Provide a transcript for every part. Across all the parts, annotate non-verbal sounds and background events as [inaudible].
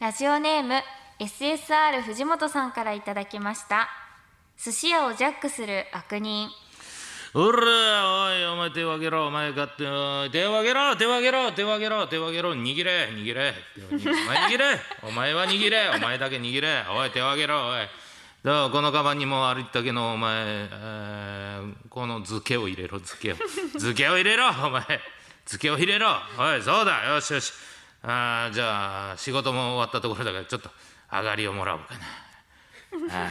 ラジオネーム SSR 藤本さんからいただきました寿司屋をジャックする悪人おらおいお前手を上げろお前勝手に手を上げろ手を上げろ手を上げろ手を上げろ握れ握れお前握れお前は握れお前だけ握れおい手を上げろおいどうこのカバンにもありったけのお前、えーこの漬けを入れろ漬けを漬けを入れろお前漬けを入れろおいそうだよしよしあーじゃあ仕事も終わったところだからちょっと上がりをもらおうかなあ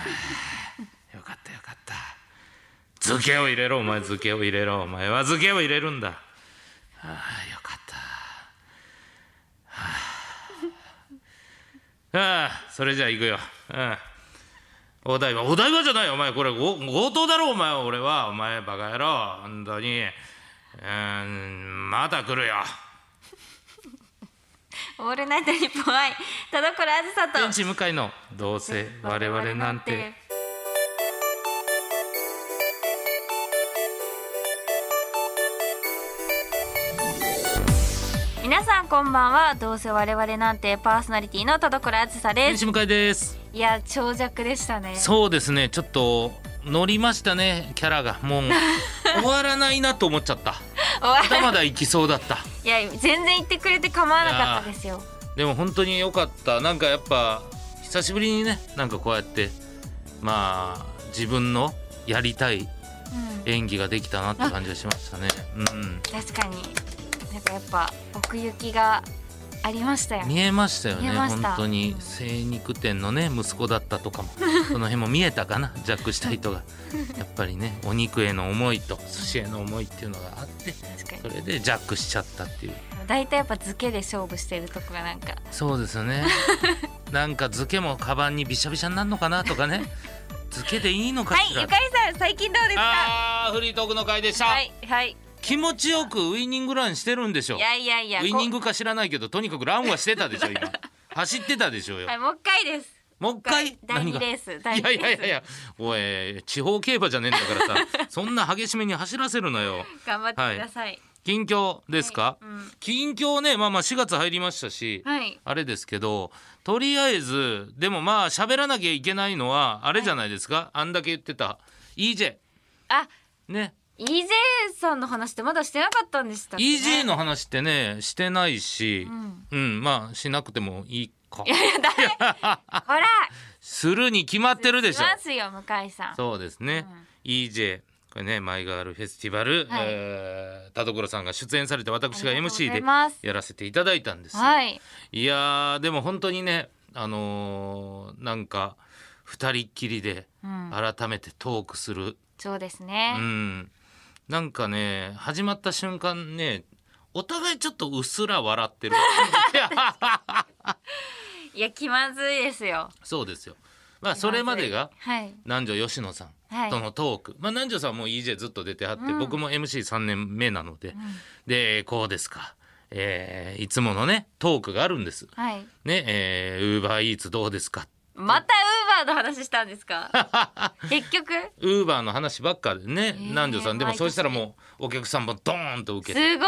ーよかったよかった漬けを入れろお前漬けを入れろお前は漬けを入れるんだああよかったはあああそれじゃあ行くよ、うん、お台場お台場じゃないよお前これご強盗だろお前俺はお前バカ野郎本当にうんまた来るよオールナイトニッポン愛田所あずさと天地向かいのどうせ我々なんて皆さんこんばんはどうせ我々なんてパーソナリティの田所あずさで天す地向かいですいや長尺でしたねそうですねちょっと乗りましたねキャラがもう終わらないなと思っちゃったおわまだまだいきそうだったいや全然言ってくれて構わなかったですよでも本当に良かったなんかやっぱ久しぶりにねなんかこうやってまあ自分のやりたいうん演技ができたなって感じがしましたねうん確かになんかやっぱ奥行きがありましたよね見えましたよ見ねえました本当にうん精肉店のね息子だったとかもその辺も見えたかな [laughs] ジャックした人がやっぱりねお肉への思いと寿司への思いっていうのがあって確かそれでジャックしちゃったっていうに大体やっぱ漬けで勝負してるとこがなんかそうですよ [laughs] ねなんか漬けもカバンにびしゃびしゃになるのかなと [laughs] かね漬けでいいのかはいしら、ゆかりさん最近どうですかあーフリートークの会でした、はいはい気持ちよくウイニングランしてるんでしょいやいやいやウイニンこグか知らないけどとにかくランはしてたでしょ [laughs] 今走ってたでしょうよ、はいもう一回ですもう一回第何二がレース第二いやレいやいやいーやおい地方競馬じゃねえんだから [laughs] さそんな激しめに走らせるのよス頑張ってください近況ですか、はいうん近況ねまあまあ4月入りましたし、はいあれですけどとりあえずでもまあ喋らなきゃいけないのはあれじゃないですか、あんだけ言ってた EJ あね EJ さんの話ってまだしてなかったんでしたっけね EJ の話ってねしてないしう、んうんまあしなくてもいいか [laughs] ほらするに決まってるでししょますよ向井さんそうですね、EJ これねマイガールフェスティバル、はいえー田所さんが出演されて私がありがとうござい MC でますやらせていただいたんですよはいいやーでも本当にねあのーなんか二人っきりでうん改めてトークする、そうですうんねなんかね始まった瞬間ねお互いちょっとうっすら [laughs] 笑ってるいやいや気まずいですよそうですよまあそれまでがはい南條吉野さんはいとのトーク、まあ南條さんはもう EJ ずっと出てはって、うん僕も MC3 年目なので、でこうですか、えーいつものねトークがあるんですはいねえー、ウーバーイーツどうですかまたウーバーの話したんです [laughs] か結局ウーバーの話ばっかでね、ー南條さんでも毎年そうしたらもうお客さんもドーンと受すけごいて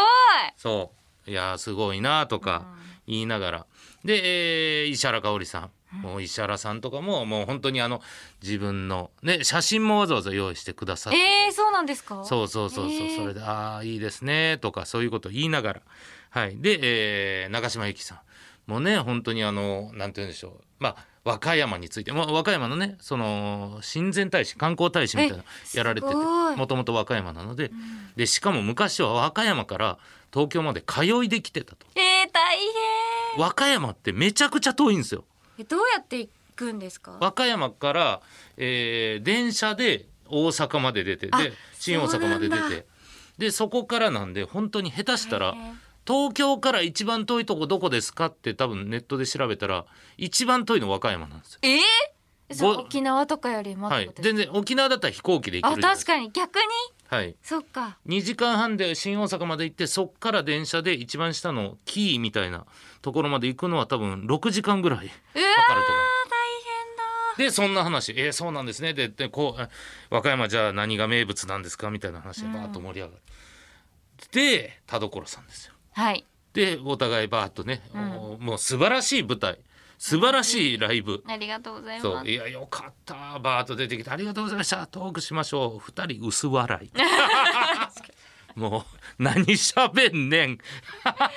そういやーすごいなとか言いながら、で、えー石原香織さんもう石原さんとかももう本当にあの自分の、ね、写真もわざわざ用意してくださって、えーそうなんですかそうそうそうそう、えーそれで「ああいいですね」とかそういうこと言いながらはいで、えー中島由紀さんもね本当にあのなんて言うんでしょうまあ和歌山について、まあ、和歌山のねその親善大使観光大使みたいなのえやられててすごいもともと和歌山なので,、でしかも昔は和歌山から東京まで通いできてたとえー大変和歌山ってめちゃくちゃ遠いんですよえどうやって行くんですか和歌山から、えー電車で大阪まで出てであ新大阪まで出そうなんてでそこからなんで本当に下手したらへー東京から一番遠いとこどこですかって多分ネットで調べたら一番遠いの和歌山なんですよ。えーそうご沖縄とかよりもってはこい、とです全然沖縄だったら飛行機で行あけるじゃないです確かかに逆にはい、そっか2時間半で新大阪まで行ってそっから電車で一番下のキーみたいなところまで行くのは多分6時間ぐらいうわーかると思う大でそんな話「えーそうなんですね」ででこうあ「和歌山じゃあ何が名物なんですか?」みたいな話でバーッと盛り上がる、で田所さんですよ変だはいでお互いバーッとね、うんおもう素晴らしい舞台素晴らしいライブありがとうございそまうすいやよかったバーッと出てきてありがとうございましたトークしましょう二人薄笑いもう何しゃべんねんそこは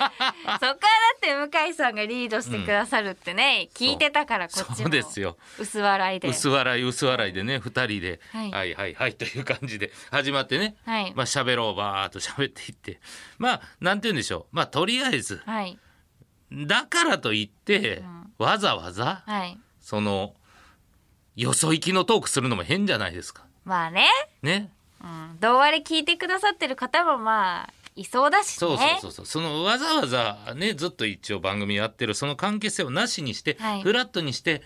だって向井さんがリードしてくださるってね、聞いてたからこっちそうもですよ薄笑いで薄笑い薄笑いでね二人で、はいはいはいはいという感じで始まってね、はいまあ喋ろうバーッと喋っていってまあなんて言うんでしょうまあとりあえずはいだからといって、わざわざはいそのよそ行きのトークするのも変じゃないですかまあね、ねうん、動画で聞いてくださってる方もまあいそうだしねそうそうそうそうそのわざわざねずっと一応番組やってるその関係性をなしにして、はいフラットにして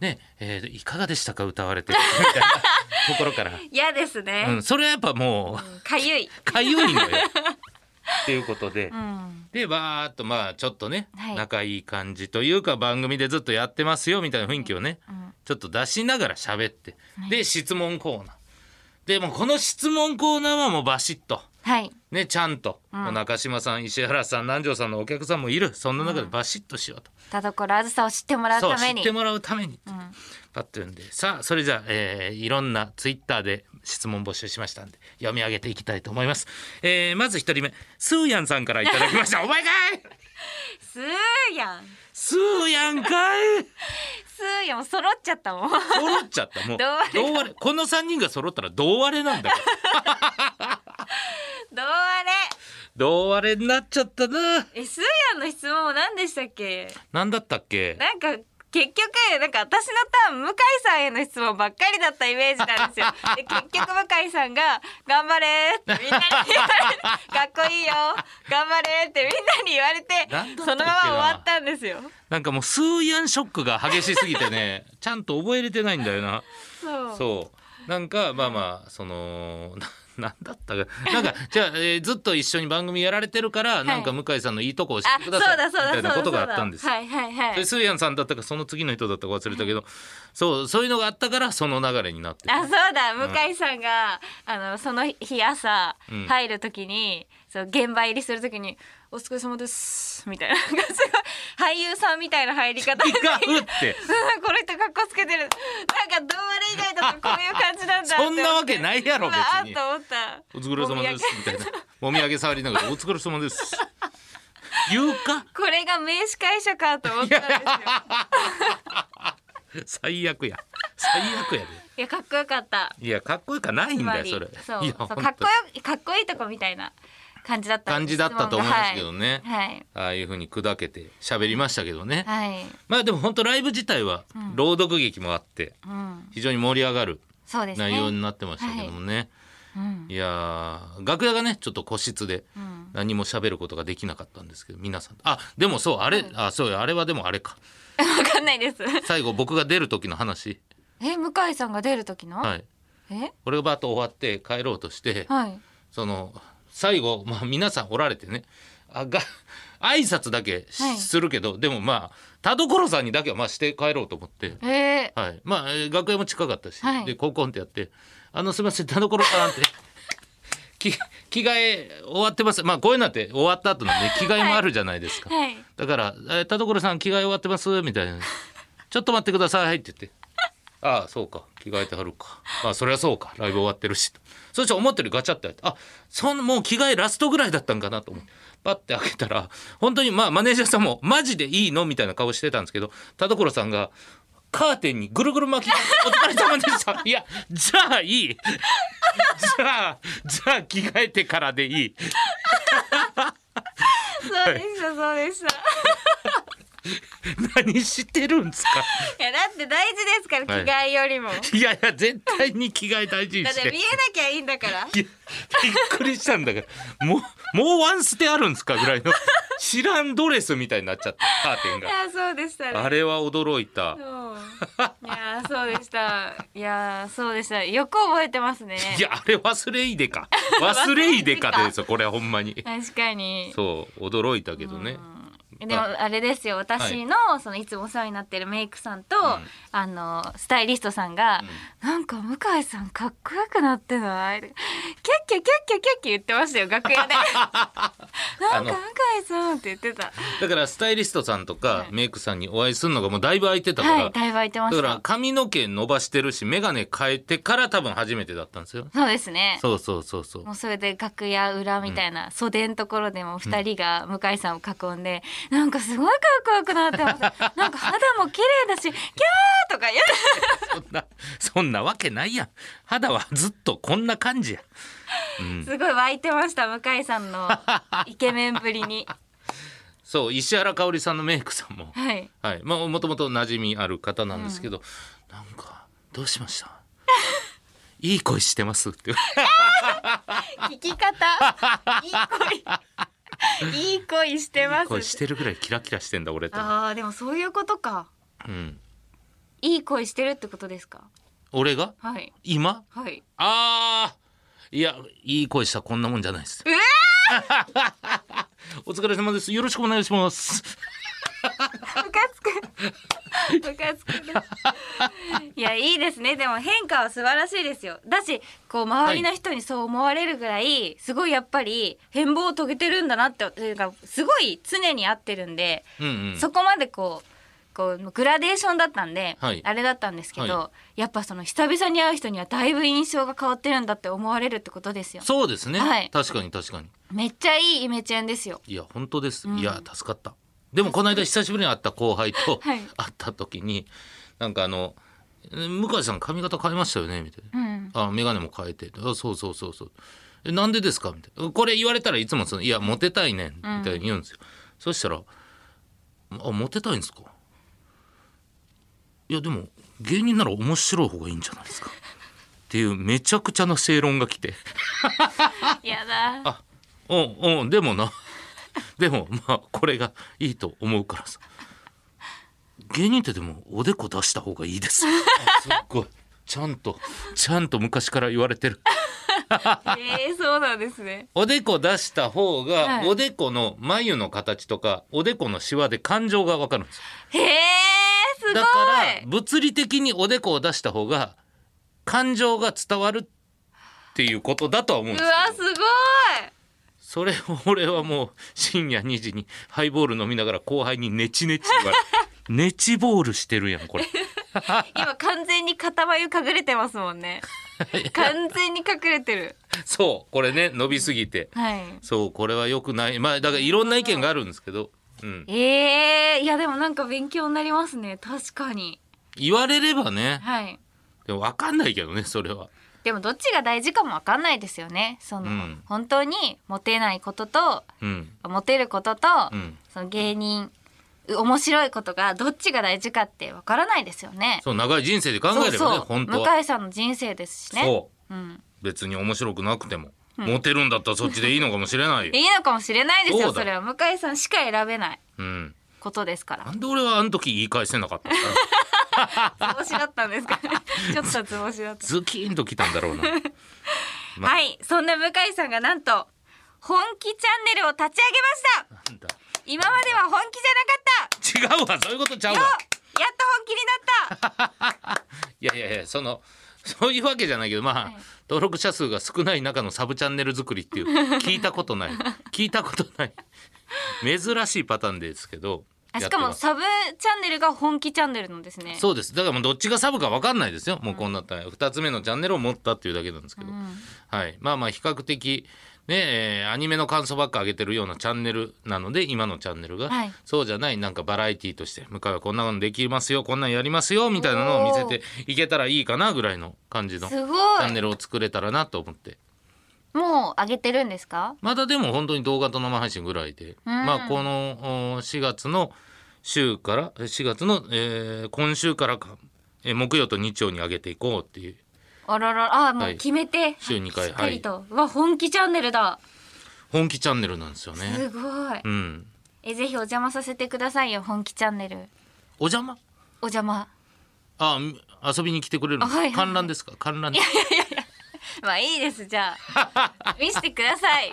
ねえーいかがでしたか歌われてみたい [laughs] なところから、嫌ですね、うん、それはやっぱもうかゆい。かゆいの [laughs] よ。っていうことで、うん。でバーっとまあちょっとね、はい仲いい感じというか番組でずっとやってますよみたいな雰囲気をね、ちょっと出しながら喋って、で質問コーナーでもうこの質問コーナーはもうバシッと。はい。ね、ちゃんと、中島さん石原さん南條さんのお客さんもいるそんな中でバシッとしようと、田所あずさを知ってもらうそたう知めっに。てもらうために、パッと言うんでさあそれじゃあ、えーいろんなツイッターで質問募集しましたんで読み上げていきたいと思います、えーまず一人目スーヤンさんからいただ [laughs] きましたお前かいすーやん。スーヤンかいすーやん、揃っちゃったもん。 [laughs] 揃っちゃったもう同割れ同割れこの三人が揃ったら同割れなんだからどうあ同割れになっちゃったなれ。え、すーやんの質問何でしたっけ。何だったっけなんか。結局なんか私のターン向井さんへの質問ばっかりだったイメージなん [laughs] ですよ。で結局向井さんが「頑張れ」ってみんなに言わ [laughs] れて「かっこいいよ頑張れ」ってみんなに言われてなんだったそっけなのまま終わったんですよ。なんかもうスーヤンショックが激しすぎてねちゃんと覚えれてないんだよなそうそうなんかまあまあそのななんだったかなんかじゃあ、えーずっと一緒に番組やられてるから、なんか向井さんのいいとこを教あえてそくうだださいそうだそうだみたいなことがあったんですよはいはいはいでスーヤンさんだったかその次の人だったか忘れたけどそうそういうのがあったからその流れになってあそうだ向井さんが、あのその日朝うん入る時に、そう現場入りする時に「お疲れ様です」みたいななんかすごい俳優さんみたいな入り方違 [laughs] でうってうん [laughs] この人格好つけてるなんかどうあれ以外だとこういう感じなんだって思っそてんなわけないやろ別にうわあと思ったお疲れ様ですみたいなもみあげ触りながらお疲れ様です言うかこれが名刺会社かと思ったんですよ最悪や最悪やでいやかっこよかったいやかっこよくはないつんまだよりそれそういやそう本当かっこよかっこいいとこみたいな感じだったん感ですじだったと思いますけどね、はいはいああいう風に砕けて喋りましたけどね、はい、まあでも本当ライブ自体は朗読劇もあってうん、非常に盛り上がるそうですね。内容になってましたけどもね、うん、い、やー楽屋がねちょっと個室でうん、何も喋ることができなかったんですけど皆さんあでもそうあれ、あそうやあれはでもあれかわかんないです。最後僕が出る時の話え、向井さんが出る時の。はいえ、俺がバッと終わって帰ろうとして、はい。その最後、まあ、皆さんおられてねあが挨拶だけしはいするけど、でもまあ田所さんにだけはまあして帰ろうと思って、えー、はい、まあえー楽屋も近かったし、はいでコンコンってやって「あのすみません田所さん」って [laughs] 「き着替え終わってます」まあこういうのって終わった後なんで着替えもあるじゃないですか、はい。だからえー「田所さん着替え終わってます」みたいな「ちょっと待ってください」って言って「ああそうか着替えてはるかまあそりゃそうかライブ終わってるし」そして思ったよりガチャって開いてあそんもう着替えラストぐらいだったんかなと思ってパッて開けたら本当にまあマネージャーさんも「マジでいいの?」みたいな顔してたんですけど田所さんがカーテンにぐるぐる巻き「お疲れ様でした」いやじゃあいいじゃあじゃあ着替えてからでいいそうでした、そうでした。何してるんですかいや、だって大事ですから、着は替いえよ [laughs] りも。いやいや絶対に着替え大事にだっしてて見えなきゃいいんだから。 [laughs] いやびっくりしたんだけどもうもうワンステあるんですかぐら [laughs] いの知らんドレスみたいになっちゃったカーテンいがや、そうでしたあね。れは驚いたそう。いや、そうでした。いや、そうでした。よく覚えてますね。いやあれ忘れいでか忘れいでかですよこれはほんまに確かに。そう驚いたけどねうんでもあれですよ私の,、い、そのいつもお世話になってるメイクさんと、んあのスタイリストさんが、なんか向井さんかっこよくなってないキャッキャキャッキャキャッキャ言ってましたよ楽 [laughs] 屋でなんか向井さんって言ってただからスタイリストさんとかはいメイクさんにお会いするのがもうだいぶ空いてたから、はいだいぶ空いてまだしからた髪の毛伸ばしてるし眼鏡変えてから多分初めてだったんですよ。そうですねそうそうそうそうも。うそれで楽屋裏みたいな、袖のところでも二人が向井さんを囲んで、なんかすごいかっこよくなってますなんか肌も綺麗だしキャーとか言ってそんなそんなわけないやん。肌はずっとこんな感じや。うん、すごい湧いてました向井さんのイケメンぶりにそう石原香織さんのメイクさんも、はいはい、まあもともと馴染みある方なんですけど、なんかどうしました。いい声してま [laughs] すって。聞き方いい恋いい恋してます声してるぐらいキラキラしてんだ俺と。あーでもそういうことかうん。いい恋してるってことですか俺がはい今？はいああ。いやいい声したらこんなもんじゃないです。うわ [laughs] お疲れ様です。よろしくお願いします。ムカつくムカつ [laughs] くないやいいですねでも変化は素晴らしいですよだしこう周りの人にそう思われるぐらい、すごいやっぱり変貌を遂げてるんだなってというかすごい常に合ってるんで、うんうん。そこまでこうこうグラデーションだったんで、はいあれだったんですけど、はやっぱその久々に会う人にはだいぶ印象が変わってるんだって思われるってことですよそうですね、はい確かに確かにめっちゃいいイメチェンですよいや本当です、うんいや助かったでもこの間久しぶりに会った後輩と [laughs] はい会った時に、なんかあの「え向井さん髪型変えましたよね」みたいうんな「あ眼鏡も変えて」あ「そうそうそうそう」え「なんでですか?」みたいなこれ言われたらいつもその「いやモテたいねん」みたいに言うんですよ、そしたら「あモテたいんですか?」いやでも芸人なら面白い方がいいんじゃないですかっていうめちゃくちゃな正論が来てやだあうんうんでもな [laughs] でもまあこれがいいと思うからさ芸人ってでもおでこ出した方がい [laughs] いですよあすっごいちゃんとちゃんと昔から言われてる [laughs] えー、そうなんですねおでこ出した方が、はいおでこの眉の形とかおでこのシワで感情がわかるんですよへえー、すごいだから物理的におでこを出した方が感情が伝わるっていうことだとは思うんでうすけどわすごいそれを俺はもう深夜2時にハイボール飲みながら後輩にネチネチ [laughs] 言われるネチボールしてるやんこれ今完全に片眉隠れてますもんね完全に隠れてるそうこれね伸びすぎてはいそうこれは良くないまあだからいろんな意見があるんですけど、うん、えー、いやでもなんか勉強になりますね確かに言われればねはいでも分かんないけどねそれはでもどっちが大事かもわかんないですよね。その、うん本当にモテないこととうんモテることと、うんその芸人う面白いことがどっちが大事かってわからないですよね。そう長い人生で考えればねそうそう本当は、向井さんの人生ですしね。。そうん。う別に面白くなくても、モテるんだったらそっちでいいのかもしれない [laughs] よ、いいのかもしれないですそよ。うそだれは向井さんしか選べないうん、ことですかなら。んで俺はあの時言い返せなかったのかな図星だったんですかね。 [laughs] ちょっと図星だった。ズキーンときたんだろうなまはい。そんな向井さんがなんと本気チャンネルを立ち上げました。なんだ今までは本気じゃなかっ違うわそういうことちゃうた。わよ。やっと本気になった。いやいやいやそのそういうわけじゃないけどまあ、はい登録者数が少ない中のサブチャンネル作りっていう聞いたことない聞いたことない珍しいパターンですけどあやしってかもますサブチャンネルが本気チャンネルなんですね。そうですだからもうどっちがサブか分かんないですよもうこんなった2つ目のチャンネルを持ったっていうだけなんですけど、んはい、まあまあ比較的ねえーアニメの感想ばっか上げてるようなチャンネルなので今のチャンネルが、はいそうじゃないなんかバラエティーとして向井はこんなのできますよこんなんやりますよみたいなのを見せていけたらいいかなぐらいの感じのチすごャンネい。ルを作れたらなと思ってもう上げてるんですか？まだでも本当に動画と生配信ぐらいで、まあこのお4月の週からえ4月の、えー今週からか、えー木曜と日曜に上げていこうっていうあらら、あもはうい決めて、週2回しっかはりいと、うわ本気チャンネルだ。本気チャンネルなんですよね。すごい。うん、えぜひお邪魔させてくださいよ本気チャンネル。お邪魔お邪魔。あ、み遊びに来てくれるの、あはいはいはい観覧ですか観覧 [laughs] まあいいですじゃあ見せてください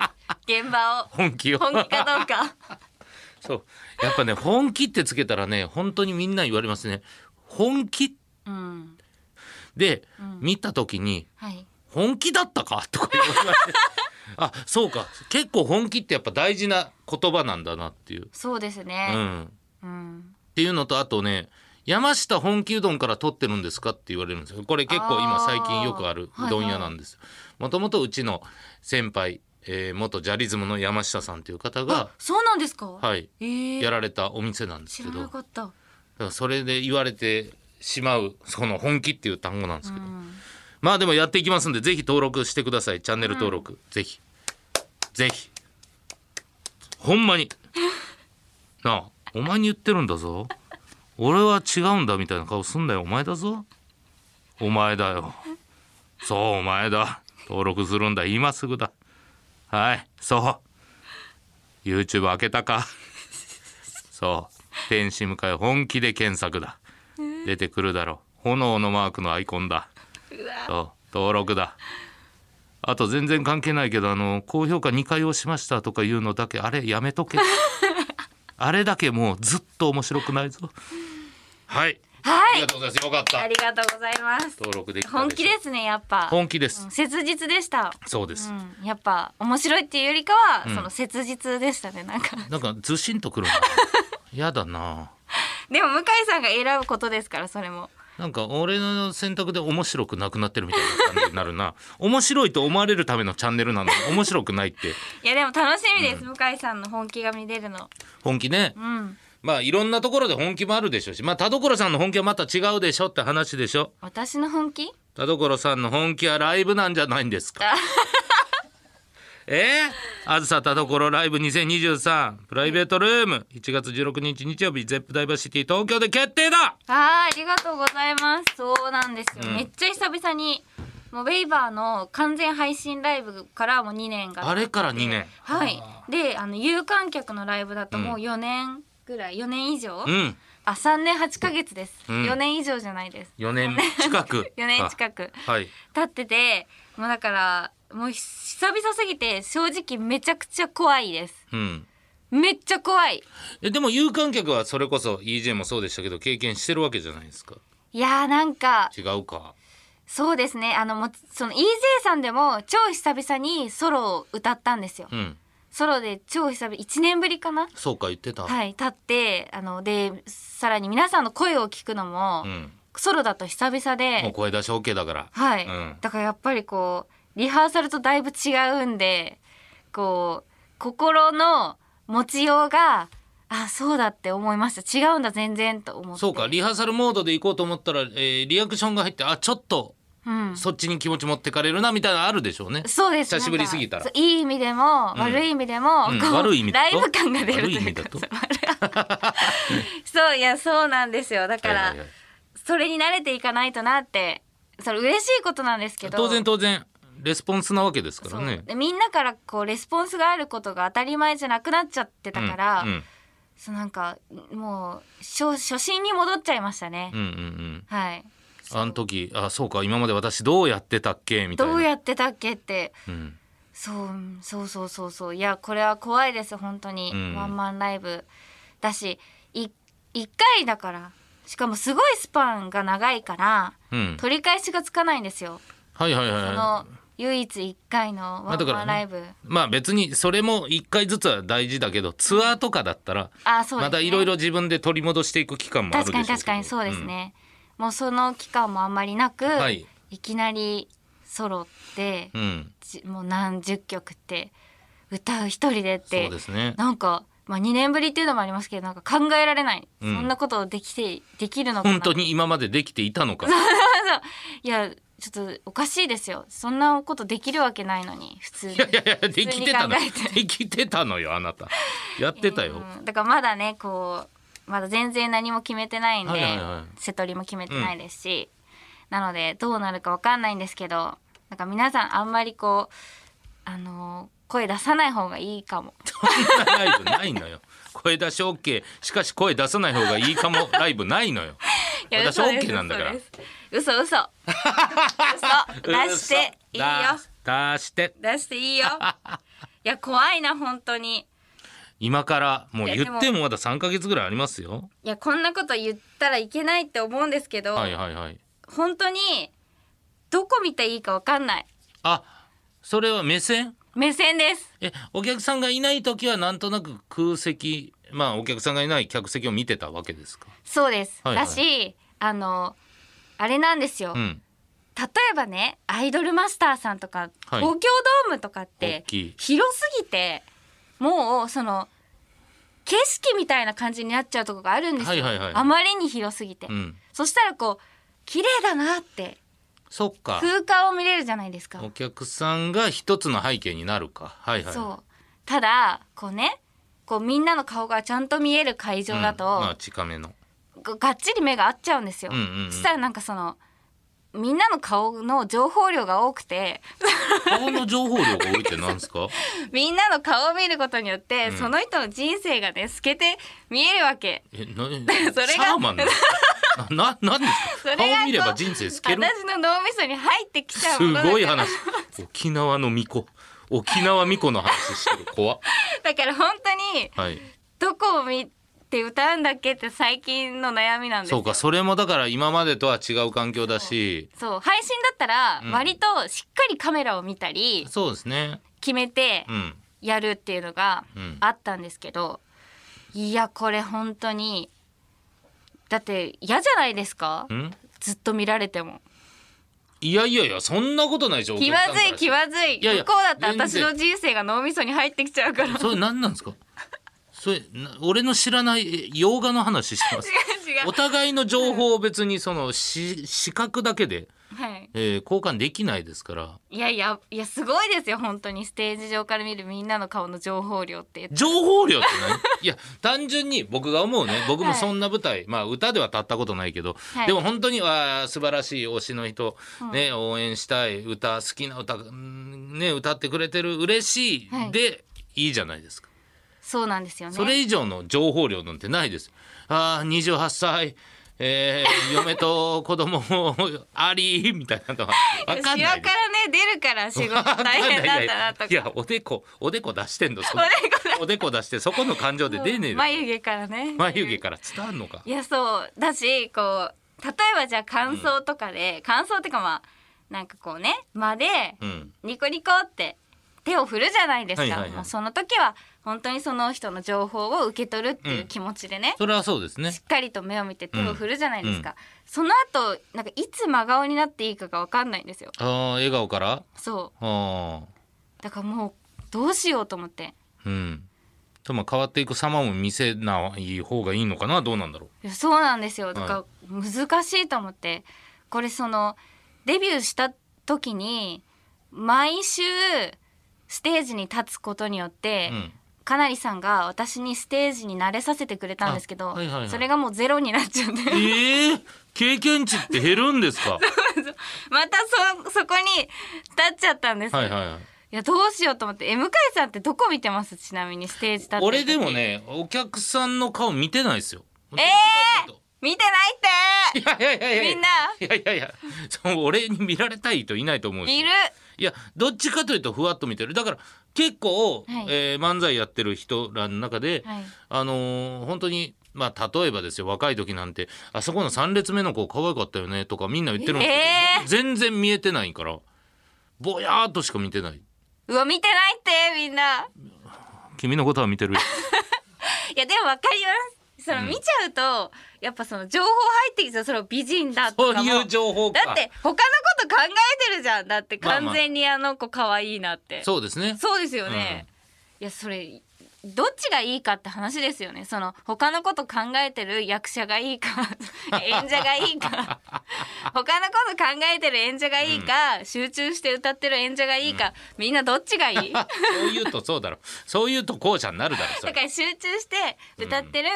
現場を本気を本気かどうか。 [laughs] そうやっぱね本気ってつけたらね本当にみんな言われますね本気 [laughs] うんで、うん見た時にはい本気だったかとか言われてあそうか結構本気ってやっぱ大事な言葉なんだなっていう、そうですうねん、うんっていうのとあとね山下本気うどんから取ってるんですかって言われるんですよこれ結構今あー最近よくあるうどん屋なんですよもともとうちの先輩、えー元ジャリズムの山下さんという方あがそうなんですかはいえーやられたお店なんです知けらどなだかったからそれで言われてしまうその本気っていう単語なんですうけど、んまあでもやっていきますんでぜひ登録してくださいチャンネル登録、ぜひぜひほんまになあお前に言ってるんだぞ俺は違うんだみたいな顔すんだよお前だぞお前だよそうお前だ登録するんだ今すぐだはいそう YouTube 開けたかそう天使向かい本気で検索だ出てくるだろう炎のマークのアイコンだうわそう登録だあと全然関係ないけどあの高評価2回押しましたとかいうのだけあれやめ [laughs] とけあれだけもうずっと面白くないぞはいあはりいがとうございますよかっあたりがとうございます登録できた本気ですすねやっぱ本気です、うん切実でしたそうです、うん、やっぱ面白いっていうよりかは、うんその切実でしたねなんか [laughs] なんかずしんとくるなやだなでも向井さんが選ぶことですからそれもなんか俺の選択で面白くなくなってるみたいな感じになるな [laughs] 面白いと思われるためのチャンネルなのに面白くないっていやでも楽しみです、向井さんの本気が見れるの本気ねうんまあいろんなところで本気もあるでしょうし、まあ田所さんの本気はまた違うでしょって話でしょ。私の本気田所さんの本気はライブなんじゃないんですか。えー、あずさ田所ライブ2023プライベートルーム1月16日日曜日ゼップダイバーシティ東京で決定だあーありがとうございますそうなんですよ、うんめっちゃ久々にもうウェイバーの完全配信ライブからもう2年があれから2年はいであの有観客のライブだともう4年ぐらい、4年以上、うんあ3年8ヶ月です、うん4年以上じゃないです4年 [laughs] 近く4年近くくはい立っててもうだからもう久々すぎて正直めちゃくちゃ怖いですうんめっちゃ怖いえでも有観客はそれこそ EJ もそうでしたけど経験してるわけじゃないですかいやーなんか違うかそうですねあのもうその EJ さんでも超久々にソロを歌ったんですようんソロで超久々1年ぶりかなそうか言ってた、はい立ってあのでさらに皆さんの声を聞くのも、うんソロだと久々もうで声出し OK だからはい、うんだからやっぱりこうリハーサルとだいぶ違うんでこう心の持ちようがあそうだって思いました違うんだ全然と思ってそうかリハーサルモードで行こうと思ったら、えーリアクションが入ってあちょっとうん、そっちに気持ち持ってかれるなみたいなのあるでしょうね。そうです久しぶりすぎたらなんかそういい意味でも、うん悪い意味でも、うんこう悪い意味だラとイブ感が出るというか悪い意味だとそうい [laughs] やそうなんですよだから、はいはいはいそれに慣れていかないとなってそれ嬉しいことなんですけど当然当然レスポンスなわけですかそらうね。でみんなからこうレスポンスがあることが当たり前じゃなくなっちゃってたから、うんうんそうなんかもう初初心に戻っちゃいましたね、うんうんうん、はいあの時あそうか今まで私どうやってたっけみたいな。どうやってたっけってうんそうそうそうそうそういやこれは怖いです本当に、うんワンマンライブだしい一回だからしかもすごいスパンが長いからうん、取り返しがつかないんですよ、はいはいはいそはの唯一一回のワンマンライブ、い。まあ別にそれも1回ずつは大事だけどツアーとかだったらあそうです、ね、またいろいろ自分で取り戻していく期間もあるで確しょかうに確けどかにそうです、ね、もうその期間もあんまりなく、はいい、きなりソロって、うんうん、じもう何十曲って歌う一人でってそうですね。なんか、まあ、2年ぶりっていうのもありますけどなんか考えられない、うんそんなことをできてできるのかな本当に今までできていたのか。いやちょっとおかしいですよそんなことできるわけないのに普通にいやいやいやできてたの普通に考えてできてたのよあなたやってたよ、うんだからまだねこうまだ全然何も決めてないんで、はいはいは瀬戸りも決めてないですし、なのでどうなるかわかんないんですけどなんか皆さんあんまりこうあのー声出さない方がいいかもそんな [laughs] ライブないのよ声出し OK しかし声出さない方がいいかもライブないのよいや [laughs] 私嘘です OK なんだから [laughs] 嘘です [laughs] 嘘嘘嘘 [laughs] 出していいよ出出して出していいよいや怖いな本当に今からもういやで言もってもまだ3ヶ月ぐらいありますよいやこんなこと言ったらいけないって思うんですけど、はいはいはい本当にどこ見ていいかわかんないあそれは目線目線ですえお客さんがいない時はなんとなく空席まあお客さんがいない客席を見てたわけですかそうです、はいはいだしあのあれなんですよ、うん例えばねアイドルマスターさんとか、はい東京ドームとかっ大てきい広すぎてもうその景色みたいな感じになっちゃうとこがあるんですよ、はいはいはいあまりに広すぎて、うんそしたらこう綺麗だなってそっか空間を見れるじゃないですか、お客さんが一つの背景になるかはいはいそうただこうねこうみんなの顔がちゃんと見える会場だと、うんまあ近めのががっちり目が合っちゃうんですよ、うんうんうんそしたらなんかそのみんなの顔の情報量が多くて顔の情報量が多いってなんです [laughs] かみんなの顔を見ることによって、うんその人の人生がね透けて見えるわけえそなれがシャーマンの [laughs] なななんですそかれがこう顔見れば人生透ける私の脳みそに入ってきちゃうものすだごいから話沖縄の巫女沖縄巫女の話してる怖っだから本当にはいどこを見て歌うんだっけって最近の悩みなんですよそうかそれもだから今までとは違う環境だしそう配信だったらうん割としっかりカメラを見たりそうですね決めてうんやるっていうのがうんあったんですけど、いやこれ本当にだって嫌じゃないですかうんずっと見られてもいやいやいやそんなことないでしょ気まずい気ずまずいいやいや向こうだったら全私然の人生が脳みそに入ってきちゃ [laughs] うから違うそれ何なんですかそれな俺の知らないえ洋画の話して [laughs] ます違おう互いの情報を別にそのし視覚だけで、はいえー交換できないですからいやいやいやすごいですよ本当にステージ上から見るみんなの顔の情報量って情報量って何 [laughs] いや単純に僕が思うね僕もそんな舞台、まあ歌では立ったことないけど、はいでも本当にあー素晴らしい推しの人、ね、応援したい歌好きな歌、うんね、歌ってくれてる嬉しい、はいでいいじゃないですか。そうなんですよねそれ以上の情報量なんてないです。ああ、28歳、えー嫁と子供も [laughs] あり、みたい [laughs] なのは分かんシなワいかです。らね出るから仕事大変だったなとかいやおでこおでこ出してんのそのおでこおでこ出してそこの感情で出ねえだろ眉毛からね眉毛から伝わるのかいやそうだしこう例えばじゃあ感想とかで、感想っていうかまあなんかこうね間でうんニコニコって手を振るじゃないですか、はいはいはいもうその時は本当にその人の情報を受け取るっていう気持ちでね、それはそうですねしっかりと目を見て手を振るじゃないですか、その後なんかいつ真顔になっていいかがわかんないんですよあー笑顔からそあうだからもうどうしようと思ってーうんとまあ変わっていく様も見せない方がいいのかなどうなんだろいやそうなんですよいだから難しいと思って、これそのデビューした時に毎週ステージに立つことによって、う、うん、かなりさんが私にステージに慣れさせてくれたんですけど、あはいはいはいそれがもうゼロになっちゃってえー、経験値って減るんです [laughs] かまたそそこに立っちゃったんです、はいい、はいはいやどうしようと思って M 向井さんってどこ見てますちなみにステージ立ってる時俺でもねお客さんの顔見てないですよえ見てないいやいやいやいってやみんないやいやいやそう俺に見られたい人いないと思うしいるいやどっちかというとふわっと見てるだから結構、はいえー漫才やってる人らの中で、はいあのー本当にまあ例えばですよ若い時なんて「あそこの3列目の子可愛かったよね」とかみんな言ってるんですけど、えー全然見えてないからぼやーっとしか見てないうわ見てないってみんな君のことは見てるよ [laughs] いやでもわかります。そのうん見ちゃうと、やっぱその情報入ってきてその美人だそとうかも。いう情報かだって他のこと考えてるじゃん。だってまあま完あ全にあの子可愛いなって。そうですねそうですよね。いやそれどっちがいいかって話ですよね。その他のこと考えてる役者が [laughs] いいか演者がいいか他のこと考えてる演者がいいか、集中して歌ってる演者がいいか、みんなどっちがいいそういうとそうだろそういうと後者になるだろそだれから集中して歌ってる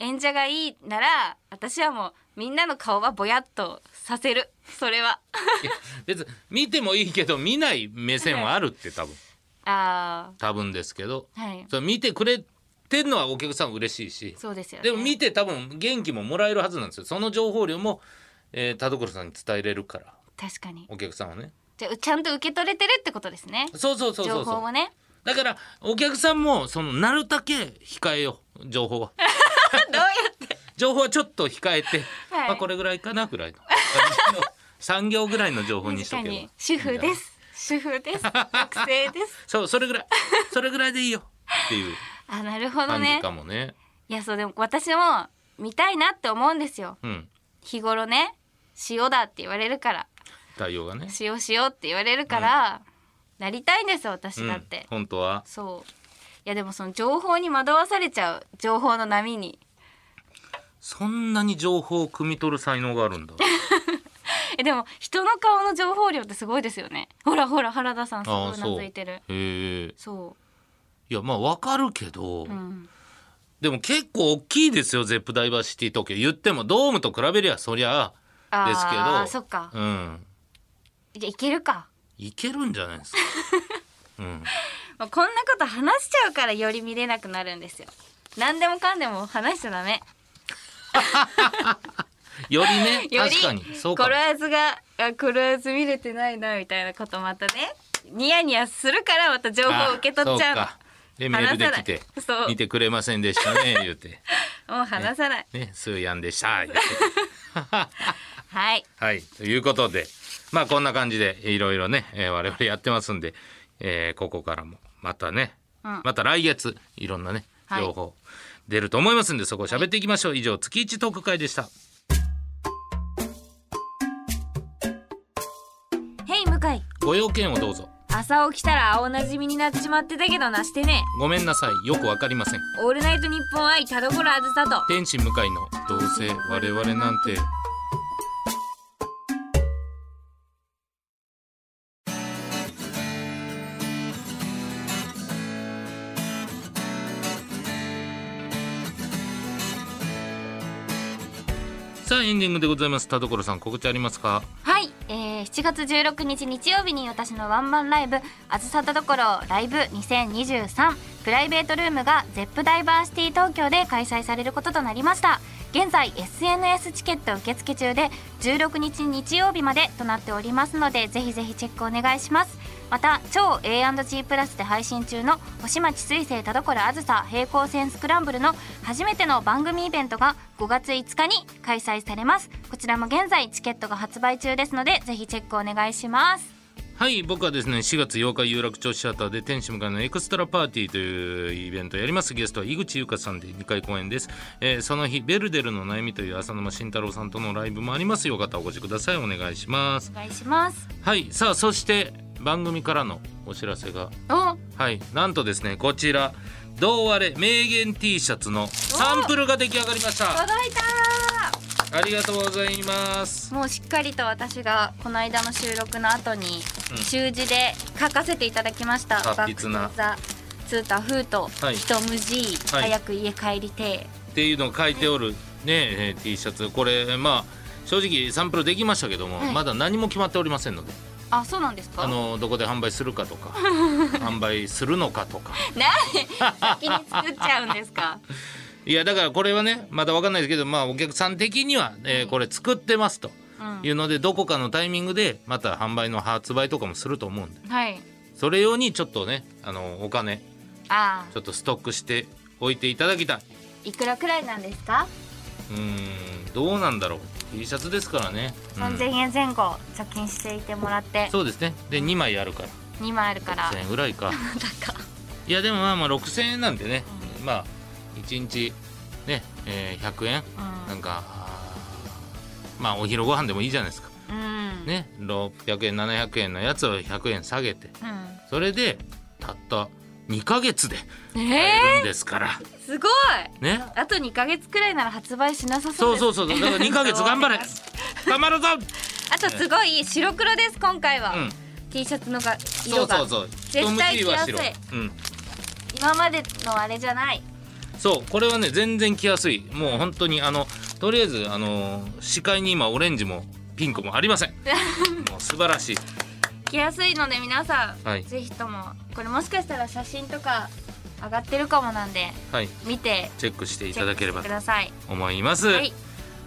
演者がいいなら、私はもうみんなの顔はぼやっとさせるそれはいや別に見てもいいけど見ない目線はあるって多分あ多分ですけどーはいそれ見てくれてるのはお客さん嬉しいしそうですよねでも見て多分元気ももらえるはずなんですよその情報量も、えー田所さんに伝えれるから確かにお客さんはねじゃあちゃんと受け取れてるってことですねそうそうそうそ情報う [laughs] そうをねだからお客さんもそのなるだけ控えよう [laughs] 情報はどうやって情報はちょっと控えて、はいまあこれぐらいかなぐら [laughs] いの産業ぐらいの情報にしと確かけばに主婦です主婦 [laughs] です学生ですそうそれぐらいそれぐらいでいいよっていうあ [laughs] なるほど感じねかもねいやそうでも私も見たいなって思うんですようん日頃ね塩だって言われるから対応がね塩塩って言われるから、なりたいんですよ私だって、うん、本当はそういやでもその情報に惑わされちゃう情報の波にそんなに情報を汲み取る才能がある [laughs] んだえでも人の顔の情報量ってすごいですよねほらほら原田さんすごあいあうなそうずいてるへえそいやまあわかるけど、う、うん、でも結構大きいですよゼップダイバーシティ東京言ってもドームと比べりゃそりゃあーですけどそっかうんじゃあいけるか、いけるんじゃないですか [laughs] うんまあ、こんなこと話しちゃうからより見れなくなるんですよ何でもかんでも話しちゃダメよりね [laughs] より確かにそうかコもロワーズがあコロワーズ見れてないなみたいなことまたねニヤニヤするからまた情報を受け取っちゃうのあそうかでメールで来て話さないそう見てくれませんでしたね言うてもう話さない、ねスーヤンでした言うてはいはいということでまあこんな感じでいろいろね、えー我々やってますんで、えーここからもまたね、うんまた来月いろんなねはい情報出ると思いますんで、そこ喋っていきましょう以上月一トーク会でしたヘイ向井ご用件をどうぞ朝起きたら青なじみになってしまってたけどなしてねごめんなさいよくわかりませんオールナイトニッポン愛田所あずさと天使向かいのどうせ我々なんてさあエンディングでございます田所さん告知ありますかはい、えー、7月16日日曜日に私のワンマンライブ「あずさたどころライブ2023プライベートルーム」が ZEP ダイバーシティ東京で開催されることとなりました現在 SNS チケット受付中で16日日曜日までとなっておりますのでぜひぜひチェックお願いしますまた超 A&G プラスで配信中の星町水星田所あずさ平行線スクランブルの初めての番組イベントが5月5日に開催されますこちらも現在チケットが発売中ですのでぜひチェックお願いしますはい僕はですね4月8日有楽町シアターで天使向かいのエクストラパーティーというイベントをやりますゲストは井口優香さんで2回公演です、えーその日「ベルデルの悩み」という浅沼慎太郎さんとのライブもありますよかったらお越しくださいお願いしますお願いしますはいさあそして番組からのお知らせがおはいなんとですねこちら「どうあれ名言 T シャツ」のサンプルが出来上がりました届いたありがとうございますもうしっかりと私がこの間の収録の後にうん習字で書かせていただきました達筆なバックトゥザツータフート、はい人無事、はい早く家帰りてえっていうのを書いておるね、えー T シャツこれまあ正直サンプルできましたけども、はいまだ何も決まっておりませんのであそうなんですかあのどこで販売するかとか [laughs] 販売するのかとかなんで先に作っちゃうんです [laughs] かいやだからこれはねまだ分かんないですけど、まあ、お客さん的には、えーこれ作ってますとうんいうのでどこかのタイミングでまた販売の発売とかもすると思うんではいそれ用にちょっとねあのお金あちょっとストックしておいていただきたいーいくらくらいなんですかうーんどうなんだろう T シャツですからね、うん3000円前後貯金していてもらってそうですねで2枚あるから2枚あるから6000円ぐら [laughs] いか高いやでもまあまあ6000円なんでね、まあ1日ね、えー100円うんなんかあーまあお昼ご飯でもいいじゃないですかうんね600円700円のやつを100円下げてうんそれでたった2ヶ月でえ買えるんですから、ー、すごいねあと2ヶ月くらいなら発売しなさそそううですそうそうだから2ヶ月頑 [laughs] 張れ終わります頑張るぞあとすごい白黒です今回は、うん T シャツのがそ色うがそうそう絶対着やすい人向きは白うん今までのあれじゃないそうこれはね全然着やすいもう本当にあのとりあえずあの視界に今オレンジもピンクもありませ [laughs] んもう素晴らしい着やすいので皆さん、はいぜひともこれもしかしたら写真とか上がってるかもなんではい見てチェックしてチいたェッだクけしれてばくとださい思いますはい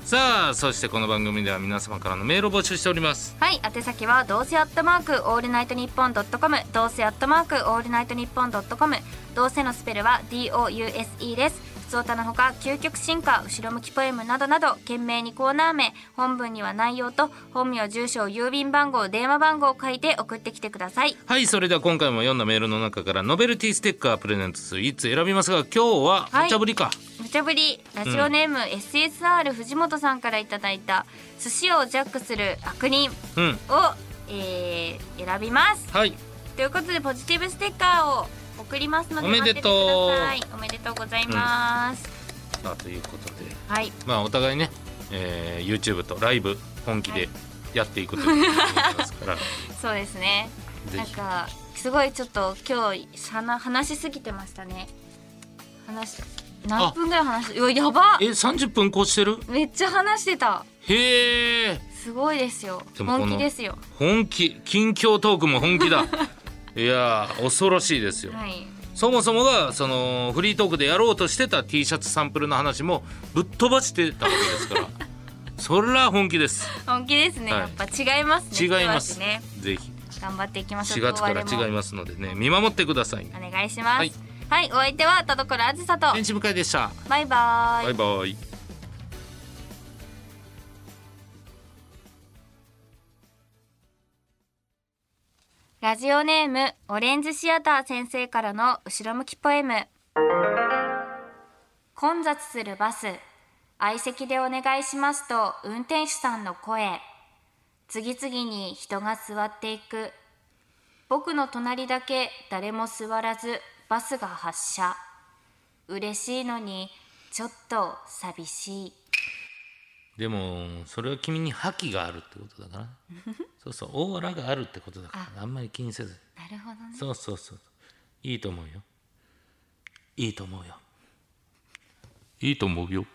さあそしてこの番組では皆様からのメールを募集しておりますはい宛先はどうせアットマークオールナイトニッポンドットコムどうせアットマークオールナイトニッポンドットコムどうせのスペルは DOUSE です普通歌のほか究極進化後ろ向きポエムなどなど懸命にコーナー名本文には内容と本名住所郵便番号電話番号を書いて送ってきてくださいはいそれでは今回も読んだメールの中からノベルティステッカープレゼントスイーツ選びますが今日ははい無茶ぶりか、無茶ぶりラジオネーム、SSR 藤本さんからいただいた寿司をジャックする悪人うんを、えー選びますはいということでポジティブステッカーを送りますのでおめでとう待っててくださいおめでとうございます、さあということではいまあお互いね、えー、YouTube とライブ本気でやっていくということになりま [laughs] すから、そうですねぜなんひかすごいちょっと今日はな話しすぎてましたね話し何分ぐらい話しうわやばえ30分こうしてるめっちゃ話してたへえすごいですよでもこの本気ですよ本気近況トークも本 [laughs] 気だいやー恐ろしいですよ、はいそもそもがそのフリートークでやろうとしてた T シャツサンプルの話もぶっ飛ばしてたわけです [laughs] からそりゃ本気です本気ですね、はいやっぱ違います違ねいます、今日はねぜひ頑張っていきましょう4月から今日は違いでもますのでね見守ってくださいお願いしますははいい、お相手は田所あずさと天使向井でしたバイバーイバイバイラジオネームオレンジシアター先生からの後ろ向きポエム混雑するバス相席でお願いしますと運転手さんの声次々に人が座っていく僕の隣だけ誰も座らずバスが発車嬉しいのにちょっと寂しいでもそれは君に覇気があるってこと [laughs] だからそうそうオーラがあるってことだからあんまり気にせずなるほどねそうそうそういいと思うよいいと思うよいいと思うよ